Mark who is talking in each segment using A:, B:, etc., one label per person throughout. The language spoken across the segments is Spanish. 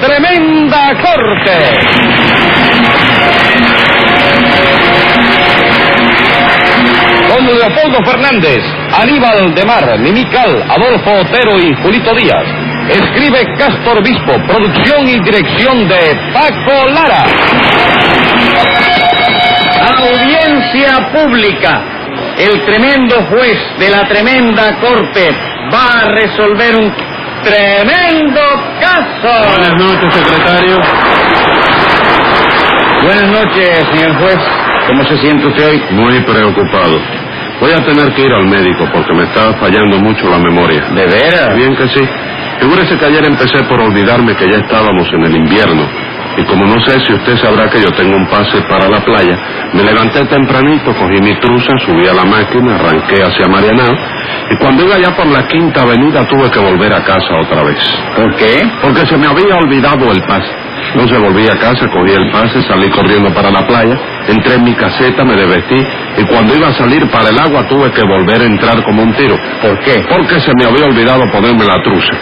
A: Tremenda Corte. Con Leopoldo Fernández, Aníbal de Mar, Mimical, Adolfo Otero y Julito Díaz. Escribe Castor Bispo, producción y dirección de Paco Lara.
B: Audiencia pública. El tremendo juez de la tremenda corte va a resolver un tremendo caso.
C: Buenas noches, secretario.
B: Buenas noches, señor juez. ¿Cómo se siente usted hoy?
C: Muy preocupado. Voy a tener que ir al médico porque me está fallando mucho la memoria.
B: ¿De veras?
C: Bien que sí. Figúrese que ayer empecé por olvidarme que ya estábamos en el invierno. Y como no sé si usted sabrá que yo tengo un pase para la playa, me levanté tempranito, cogí mi truza, subí a la máquina, arranqué hacia Marianao. Y cuando iba ya por la quinta avenida tuve que volver a casa otra vez.
B: ¿Por qué?
C: Porque se me había olvidado el pase. Entonces volví a casa, cogí el pase, salí corriendo para la playa, entré en mi caseta, me desvestí y cuando iba a salir para el agua tuve que volver a entrar como un tiro.
B: ¿Por qué?
C: Porque se me había olvidado ponerme la truza.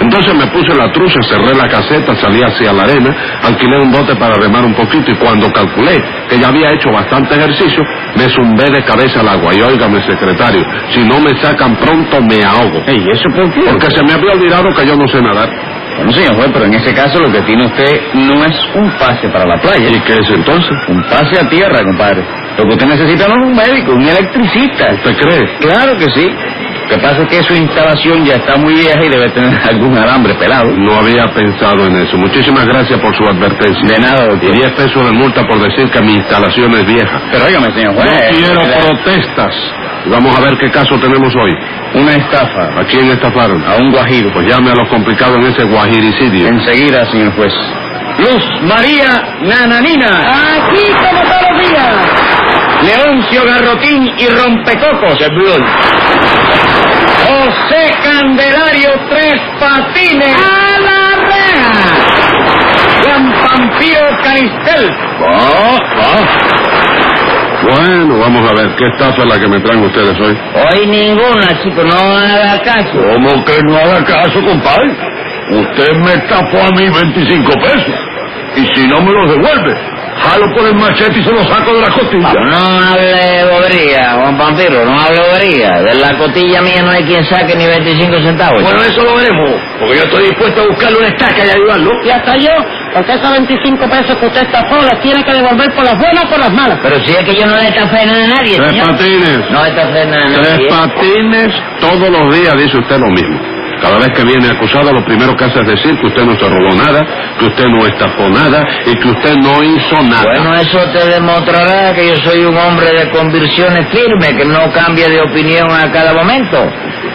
C: Entonces me puse la truza, cerré la caseta, salí hacia la arena, alquilé un bote para remar un poquito y cuando calculé que ya había hecho bastante ejercicio, me zumbé de cabeza al agua. Y óigame, secretario, si no me sacan pronto me ahogo.
B: ¿Y eso por qué?
C: Porque se me había olvidado que yo no sé nadar.
B: Bueno, señor juez, pero en ese caso lo que tiene usted no es un pase para la playa.
C: ¿Y qué es entonces?
B: Un pase a tierra, compadre. Lo que usted necesita no es un médico, un electricista.
C: ¿Usted cree?
B: Claro que sí. Lo que pasa es que su instalación ya está muy vieja y debe tener algún alambre pelado.
C: No había pensado en eso. Muchísimas gracias por su advertencia.
B: De nada, doctor.
C: Y 10 pesos de multa por decir que mi instalación es vieja.
B: Pero óigame, señor
C: No
B: juez. eh,
C: quiero
B: ¿verdad?
C: protestas. Vamos a ver qué caso tenemos hoy.
B: Una estafa
C: Ah. ¿A quién estafaron?
B: a un guajiro.
C: Pues llame a los complicados en ese guajiricidio.
B: Enseguida, señor juez. Luz María Nananina.
D: Aquí como todos los días.
B: Leoncio Garrotín y Rompecocos. José Candelario Tres Patines.
D: A la reja.
B: Juan Pampío Canistel.
C: Ah, Bueno, vamos a ver qué estafa es la que me traen ustedes hoy.
D: Hoy ninguna, chico, no haga caso.
C: ¿Cómo que no haga caso, compadre? Usted me estafó a mí 25 pesos. Y si no me los devuelve, jalo por el machete y se los saco de la costilla.
D: No hable bobería, Juan Pampiro, no hable bobería. De la cotilla mía no hay quien saque ni 25 centavos.
C: Pues
B: Bueno, eso lo veremos, porque yo estoy dispuesto a buscarle una estaca y ayudarlo.
D: y hasta yo, porque esos 25 pesos que usted estafó los tiene que devolver por las buenas o por las malas. Pero si es que yo no le estafé nada a nadie,
C: Tres
D: señor.
C: patines.
D: No le estafé nada a
C: Tres
D: nadie.
C: patines todos los días dice usted lo mismo. Cada vez que viene acusado, lo primero que hace es decir que usted no se robó nada, que usted no estafó nada y que usted Ah, no hizo nada.
D: Bueno, eso te demostrará que yo soy un hombre de convicciones firmes, que no cambia de opinión a cada momento.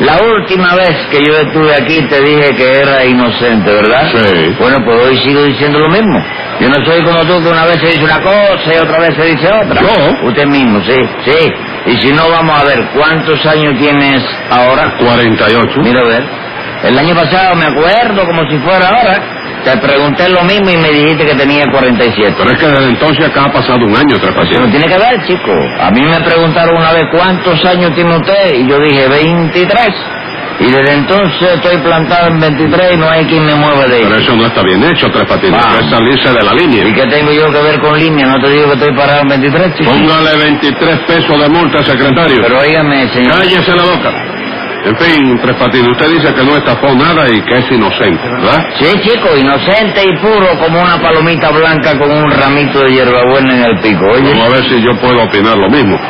D: La última vez que yo estuve aquí te dije que era inocente, ¿verdad?
C: Sí.
D: Bueno, pues hoy sigo diciendo lo mismo. Yo no soy como tú, que una vez se dice una cosa y otra vez se dice otra.
C: ¿Yo?
D: Usted mismo, sí, sí. Y si no, vamos a ver, ¿cuántos años tienes ahora?
C: 48.
D: Mira, a ver. El año pasado, me acuerdo como si fuera ahora, te pregunté lo mismo y me dijiste que tenía 47.
C: Pero es que desde entonces acá ha pasado un año, tres
D: Pero
C: patines.
D: tiene que ver, chico. A mí me preguntaron una vez cuántos años tiene usted y yo dije 23. Y desde entonces estoy plantado en 23 y no hay quien me mueva de
C: Pero
D: ahí.
C: eso no está bien hecho, tres patines.
D: Vamos.
C: Eso es salirse de la
D: ¿Y
C: línea.
D: qué tengo yo que ver con línea? No te digo que estoy parado en 23, chico.
C: Póngale 23 pesos de multa, secretario.
D: Pero óigame, señor.
C: Cállese la boca. En fin, tres patines, usted dice que no estafó nada y que es inocente, ¿verdad?
D: Sí, chico, inocente y puro como una palomita blanca con un ramito de hierbabuena en el pico, oye.
C: Vamos a ver si yo puedo opinar lo mismo.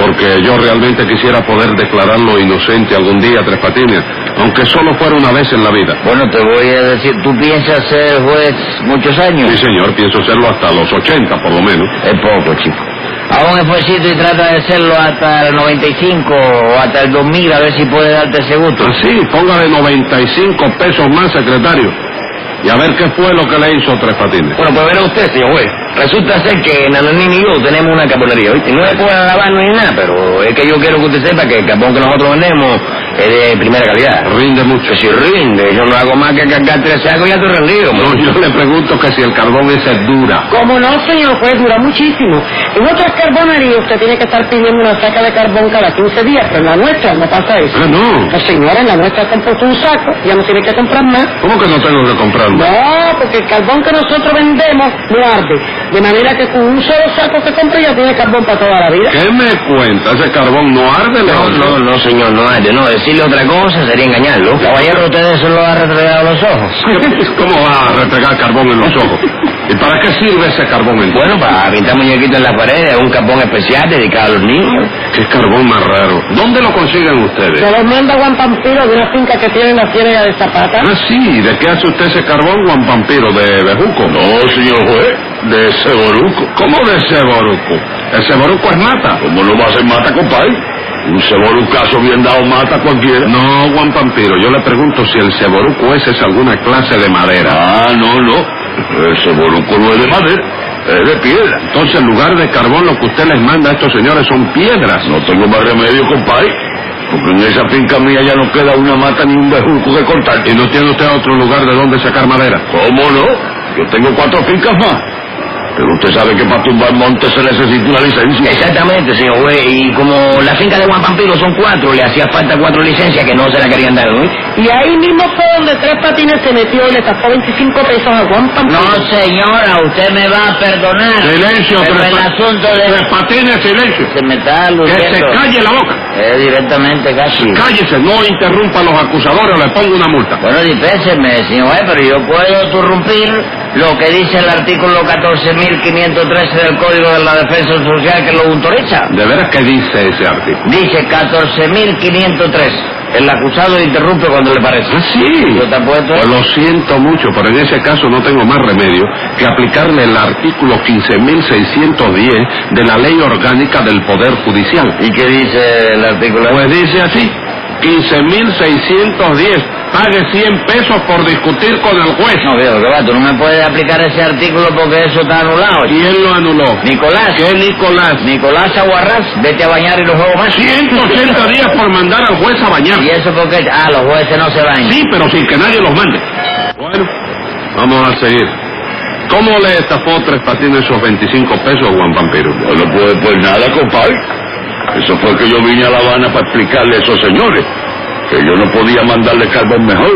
C: Porque yo realmente quisiera poder declararlo inocente algún día, Tres Patines, aunque solo fuera una vez en la vida.
D: Bueno, te voy a decir, ¿tú piensas ser juez muchos años?
C: Sí, señor, pienso serlo hasta los 80, por lo menos.
D: Es poco, chico. Haz un esfuercito y trata de hacerlo hasta el 95 o hasta el 2000 a ver si puede darte ese gusto.
C: Así, póngale 95 pesos más, secretario. Y a ver qué fue lo que le hizo Tres Patines.
B: Bueno, pues verá usted, señor juez. Resulta ser que Nananín y yo tenemos una caponería, ¿viste? No es por alabarnos ni nada, pero es que yo quiero que usted sepa que el capón que nosotros vendemos es de primera calidad.
C: Rinde mucho.
B: Que si rinde, yo no hago más que cargar tres sacos y ya estoy rendido.
C: No, yo le pregunto que si el carbón ese dura.
D: Como no, señor juez, dura muchísimo. En otras carbonerías usted tiene que estar pidiendo una saca de carbón cada 15 días, pero en la nuestra no pasa eso.
C: Ah, no.
D: La señora en la nuestra compró un saco, ya no tiene que comprar más.
C: ¿Cómo que no tengo que comprarlo?
D: No,
E: porque el carbón que nosotros vendemos no arde. De manera que con un solo saco que compre ya tiene carbón para toda la vida.
C: ¿Qué me cuenta? ¿Ese carbón no arde,
B: No,
C: León?
B: no, no, señor, no hay de- No, decirle otra cosa sería engañarlo.
D: Caballero, ustedes solo han retrasado los ojos.
C: ¿Cómo va a retregar carbón en los ojos? ¿Y para qué sirve ese carbón entonces?
B: Bueno, para pintar muñequitos en las paredes, un carbón especial dedicado a los niños.
C: Qué carbón más raro. ¿Dónde lo consiguen
E: Se
C: ustedes?
E: lo manda Juan Pampiro de una finca que tiene en la sierra de Zapata.
C: Ah, sí. ¿De qué hace usted ese carbón, Juan Pampiro? ¿De bejuco? No, señor juez. ¿De ceboruco? ¿Cómo de ceboruco? ¿El ceboruco es mata? ¿Cómo lo va a hacer mata, compadre? Un ceborucazo bien dado mata a cualquiera. No, Juan Pampiro, yo le pregunto si el ceboruco ese es alguna clase de madera. Ah, no, no. El ceboruco no es de madera. Es de piedra. Entonces, en lugar de carbón, lo que usted les manda a estos señores son piedras. No tengo más remedio, compadre. Porque en esa finca mía ya no queda una mata ni un bejuco que cortar. ¿Y no tiene usted otro lugar de donde sacar madera? ¿Cómo no? Yo tengo cuatro fincas más. Pero usted sabe que para tumbar montes se necesita una licencia.
B: Exactamente, señor juez. Y como la finca de Juan Pampiro son cuatro, le hacía falta cuatro licencias que no se la querían dar, ¿no?
E: Y ahí mismo fue donde Tres Patines se metió y le sacó 25 pesos a Juan Pampiro.
D: No, señora, usted me va a perdonar.
C: Silencio,
D: Pero
C: Tres
D: el
C: Pa-
D: asunto de...
C: Tres patines, silencio.
D: Se me está
C: Que se
D: luciendo.
C: calle la boca.
D: Eh, directamente casi.
C: Cállese, no interrumpa a los acusadores o le pongo una multa.
D: Bueno, dispénseme, señor juez, pero yo puedo interrumpir lo que dice el artículo 14.513 del Código de la Defensa Social que lo autoriza.
C: ¿De veras qué dice ese artículo?
D: Dice 14.503. El acusado interrumpe cuando le parece.
C: Ah, sí.
D: Yo te apuesto.
C: Pues lo siento mucho, pero en ese caso no tengo más remedio que aplicarle el artículo 15.610 de la Ley Orgánica del Poder Judicial.
D: ¿Y qué dice el artículo?
C: Pues dice así, 15.610, pague 100 pesos por discutir con el juez.
D: No, viejo, que va, tú no me puedes aplicar ese artículo porque eso está anulado.
C: ¿Y él lo anuló?
D: Nicolás.
C: ¿Qué Nicolás?
D: Nicolás Aguarrás, vete a bañar y los juego más.
C: 180 días por mandar al juez a bañar.
D: ¿Y eso porque Ah, los jueces no se bañan.
C: Sí, pero sin que nadie los mande. Bueno, vamos a seguir. ¿Cómo le estafó Tres Patines esos 25 pesos, Juan Pampiro? Bueno, pues, pues nada, compadre. Eso fue que yo vine a La Habana para explicarle a esos señores que yo no podía mandarle carbón mejor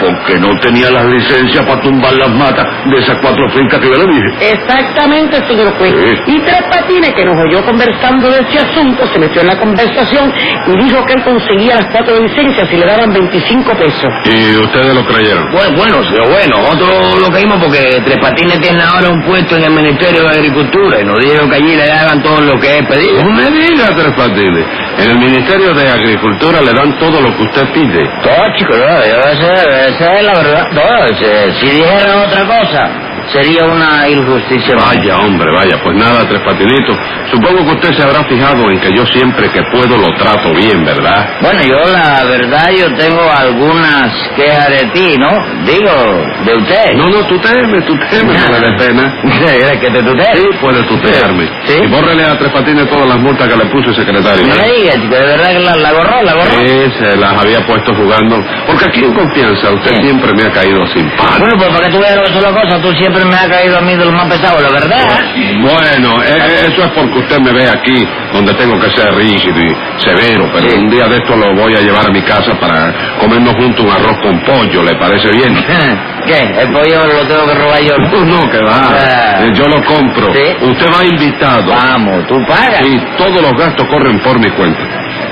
C: porque no tenía las licencias para tumbar las matas de esas cuatro fincas que yo le dije.
E: Exactamente, señor juez.
C: Sí.
E: Y Tres Patines, que nos oyó conversando de ese asunto, se metió en la conversación y dijo que él conseguía las cuatro licencias si le daban 25 pesos.
C: ¿Y ustedes lo creyeron?
B: Bueno, bueno, señor, bueno, nosotros lo caímos porque Tres Patines tiene ahora un puesto en el Ministerio de Agricultura y nos dijeron que allí le daban todo lo que es pedido.
C: No me diga, Tres Patines. En el Ministerio de Agricultura le dan todo lo que usted pide.
D: Todo, chico, no, yo esa, esa es la verdad. No, si, si dijera otra cosa, sería una injusticia.
C: Vaya, hombre, vaya. Pues nada, Tres Patinitos. Supongo que usted se habrá fijado en que yo siempre que puedo lo trato bien, ¿verdad?
D: Bueno, yo la verdad, yo tengo algunas quejas de ti, ¿no? Digo, de usted.
C: No, no, tú teme, tú teme, no le dé pena.
D: ¿Quieres que te tutee?
C: Sí, puede tutearme.
D: Sí.
C: Y bórrele a Tres Patines todas las multas que le puso el secretario.
D: No le digas, chico, de verdad que la, la borró, la borró.
C: Sí, se las había puesto jugando. Porque aquí en confianza usted
D: Sí.
C: siempre me ha caído simpático.
D: Bueno, pues para que tú veas una sola cosa, tú siempre me has caído a mí de los más pesados, la verdad.
C: Bueno, eh, eh, eso es porque usted me ve aquí, donde tengo que ser rígido y severo, pero
D: Sí.
C: un día de esto lo voy a llevar a mi casa para comernos juntos un arroz con pollo, ¿le parece bien?
D: ¿Qué? El pollo lo tengo que robar yo.
C: No, no, que va.
D: Ah.
C: Eh, Yo lo compro.
D: Sí. Ah,
C: Usted va invitado.
D: Vamos, tú pagas.
C: Y todos los gastos corren por mi cuenta.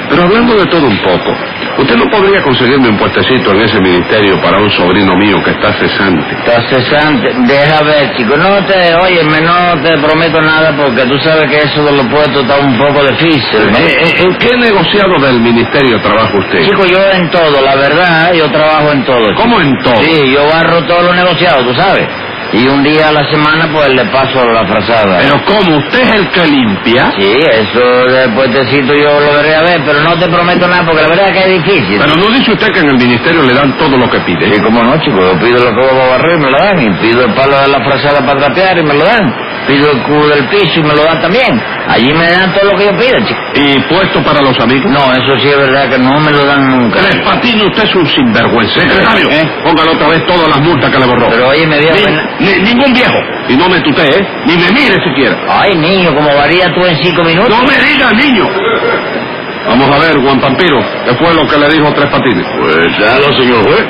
C: Pero hablando de todo un poco, ¿usted no podría conseguirme un puestecito en ese ministerio para un sobrino mío que está cesante?
D: Estás cesante. Deja ver, chico. No te, óyeme, no te prometo nada porque tú sabes que eso de los puestos está un poco difícil, ¿no?
C: Eh, eh, ¿En qué negociado del ministerio trabaja usted?
D: Chico, yo en todo, la verdad, yo trabajo en todo. chico.
C: ¿Cómo en todo?
D: Sí, yo barro todos los negociados, tú sabes. Y un día a la semana, pues, le paso la frazada.
C: Pero ¿cómo? ¿Usted es el que limpia?
D: Sí, eso del puestecito yo lo veré a ver, pero no te prometo nada porque la verdad es que es difícil.
C: Pero no dice usted que en el ministerio le dan todo lo que
D: Sí,
C: pide.
D: cómo no, chico. Yo pido la coba para barrer y me la dan. Y pido el palo de la frazada para trapear y me lo dan. Pido el cubo del piso y me lo dan también. Allí me dan todo lo que yo pido, chico.
C: ¿Y puesto para los amigos?
D: No, eso sí es verdad que no me lo dan nunca.
C: Tres Patines, usted es un sinvergüenza. Secretario,
D: ¿Eh?
C: póngale otra vez todas las multas que le borró.
D: Pero oye, me
C: Ni-
D: viejo. ven-
C: ni- ningún viejo. Y no me tutee, ¿eh? Ni me mire siquiera.
D: Ay, niño, como varía tú en cinco minutos.
C: No me diga, niño. Vamos a ver, Juan Pampiro, ¿qué fue lo que le dijo Tres Patines? Pues ya lo, señor juez.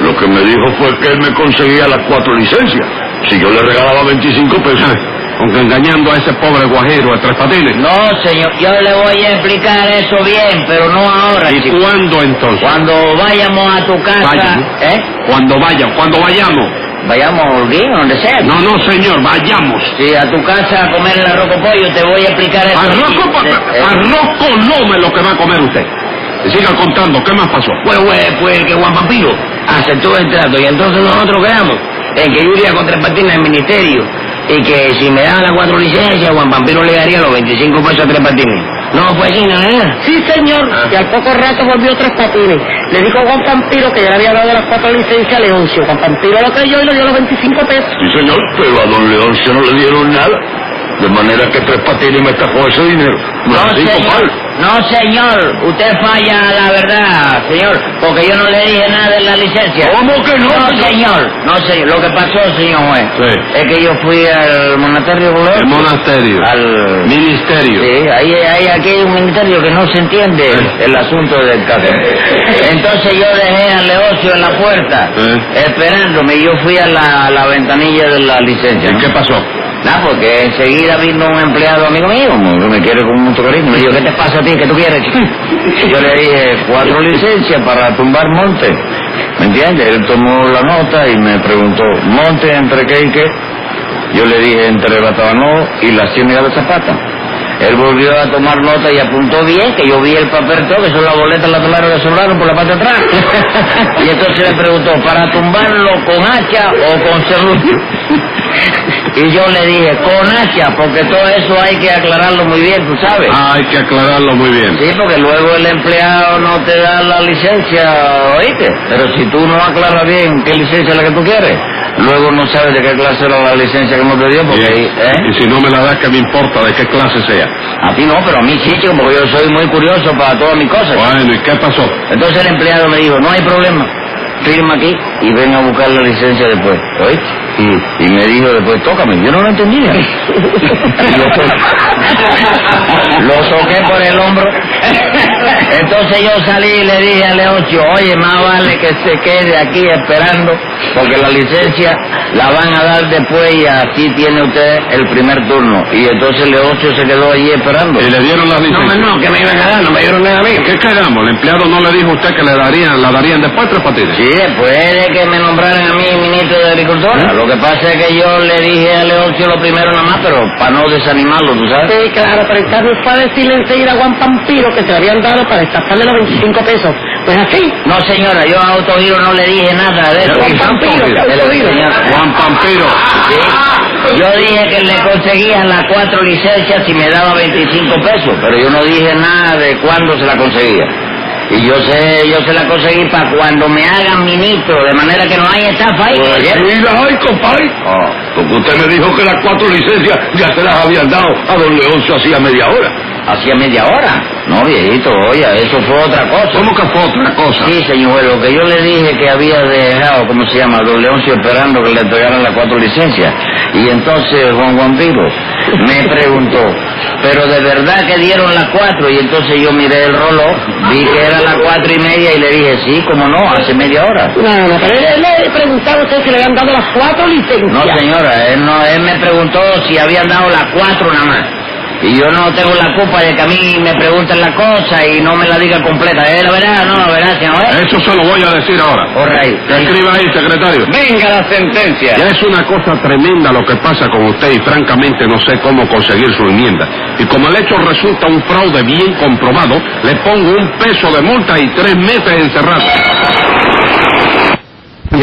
F: Lo que me dijo fue que él me conseguía las cuatro licencias. Si yo le regalaba 25 pesos.
C: Aunque Ah, engañando a ese pobre guajero a tres patines.
D: No, señor, yo le voy a explicar eso bien, pero no ahora,
C: ¿Y
D: chico.
C: cuándo entonces?
D: Cuando vayamos a tu casa...
C: Vaya.
D: ¿Eh?
C: Cuando vayan, cuando vayamos.
D: Vayamos a Holguín, donde sea.
C: No, no, señor, vayamos.
D: Sí, a tu casa a comer el arroz con pollo, te voy a explicar eso.
C: Arroz con,
D: Eh, eh.
C: arroz con lomo es lo que va a comer usted. Siga contando, ¿qué más pasó?
B: Pues, pues, pues el que Juan Pampiro aceptó el trato y entonces nosotros quedamos en que yo iría con tres patines al ministerio y que si me daban las cuatro licencias, Juan Pampiro le daría los 25 pesos a tres patines. No, pues sí, no, no.
E: Sí, señor.
B: Ah.
E: Y al poco rato volvió tres patines. Le dijo a Juan Pampiro que ya le había dado las cuatro licencias a Leoncio. Juan Pampiro lo creyó y le dio los 25 pesos.
F: Sí, señor, pero a don Leoncio no le dieron nada. De manera que Tres Patines me estafó ese dinero. Me
D: No,
F: lo dijo
D: señor.
F: mal.
D: No, señor. Usted falla a la verdad, señor. Porque yo no le dije nada de la licencia.
F: ¿Cómo que no,
D: No,
F: señor?
D: señor. No, señor. Lo que pasó, señor juez,
C: Sí.
D: es que yo fui al monasterio
C: El
D: Bolón.
C: monasterio.
F: Ah,
D: Al...
C: Ministerio.
D: Sí, ahí, ahí- aquí hay un ministerio que no se entiende el, el asunto del caso. Entonces yo dejé al negocio en la puerta,
C: Eh.
D: esperándome, y yo fui a la, a la ventanilla de la licencia.
C: ¿Y
D: ¿no?
C: qué pasó?
D: Nada, porque enseguida vino un empleado amigo mío, que me quiere con mucho cariño. Me dijo, ¿qué te pasa a ti? ¿Qué tú quieres? chico?" Yo le dije, cuatro licencias para tumbar monte. ¿Me entiendes? Él tomó la nota y me preguntó, ¿monte entre qué y qué? Yo le dije, entre Batabanó y la ciénaga de Zapata. Él volvió a tomar nota y apuntó bien, que yo vi el papel todo, que son las boletas laterales que sobraron por la parte de atrás. y entonces le preguntó, ¿para tumbarlo con hacha o con serrucho? Y yo le dije, con hacha, porque todo eso hay que aclararlo muy bien, tú sabes.
C: Ah, hay que aclararlo muy bien.
D: Sí, porque luego el empleado no te da la licencia, oíste. Pero si tú no aclaras bien qué licencia es la que tú quieres, luego no sabes de qué clase era la licencia que no te dio, porque...
C: Bien.
D: ¿eh?
C: Y si no me la das, que me importa de qué clase sea?
D: A ti no, pero a mí sí, chico, porque yo soy muy curioso para todas mis cosas.
C: Bueno, ¿y qué pasó?
D: Entonces el empleado me dijo, no hay problema, firma aquí y ven a buscar la licencia después, ¿oíste? Y me dijo después, tócame, yo no lo entendía. Y lo, to- lo toqué por el hombro. Entonces yo salí y le dije a Leocho, oye, más vale que se quede aquí esperando, porque la licencia la van a dar después y así tiene usted el primer turno. Y entonces Leocho se quedó allí esperando.
C: ¿Y le dieron la
B: No,
C: licencia?
B: hombre, no, que me iban a dar, no me dieron nada a mí.
C: ¿Qué quedamos? ¿El empleado no le dijo a usted que le darían, la darían después tres patines?
D: Sí, después de que me nombraran a mí ministro de Agricultura.
E: ¿Eh?
D: Lo que pasa es que yo le dije a Leoncio lo primero nada más, pero para no desanimarlo, ¿tú sabes?
E: Sí, claro, pero el cambio fue a decirle enseguida a Juan Pampiro que se le habían dado para estafarle los 25 pesos. Pues así.
D: No, señora, yo a Autogiro no le dije nada de eso.
E: Juan Pampiro,
D: De
E: ¿qué Ah.
D: lo que
E: Autogiro?
D: señora-
C: Juan Pampiro.
D: Sí. Yo dije que le conseguían las cuatro licencias y me daba 25 pesos, pero yo no dije nada de cuándo se la conseguía. Y yo sé, yo se la conseguí para cuando me hagan ministro, de manera que no hay estafa ahí. Oh.
F: Pues
D: ¿oyeron?
F: sí, las hay, compadre. Porque usted me dijo que las cuatro licencias ya se las habían dado a don Leoncio hacía media hora.
D: Hacía media hora. No, viejito, oye, eso fue otra cosa.
C: ¿Cómo que fue otra cosa?
D: Sí, señor, lo que yo le dije que había dejado, ¿cómo se llama? Don Leoncio esperando que le entregaran las cuatro licencias. Y entonces Juan Juan Vigo me preguntó, pero de verdad que dieron las cuatro. Y entonces yo miré el reloj, vi que eran las cuatro y media y le dije, sí, cómo no, hace media hora.
E: No, no, no, pero él le preguntaba a usted si le habían dado las cuatro licencias.
D: No, señora, él, no, él me preguntó si habían dado las cuatro nada más. Y yo no tengo la culpa de que a mí me pregunten la cosa y no me la diga completa. ¿Es la verdad? No, la verdad, señor. ¿eh?
C: Eso se lo voy a decir ahora.
D: All right.
C: Escriba ahí, secretario.
A: Venga la sentencia.
C: Ya es una cosa tremenda lo que pasa con usted y francamente no sé cómo conseguir su enmienda. Y como el hecho resulta un fraude bien comprobado, le pongo un peso de multa y tres meses encerrado.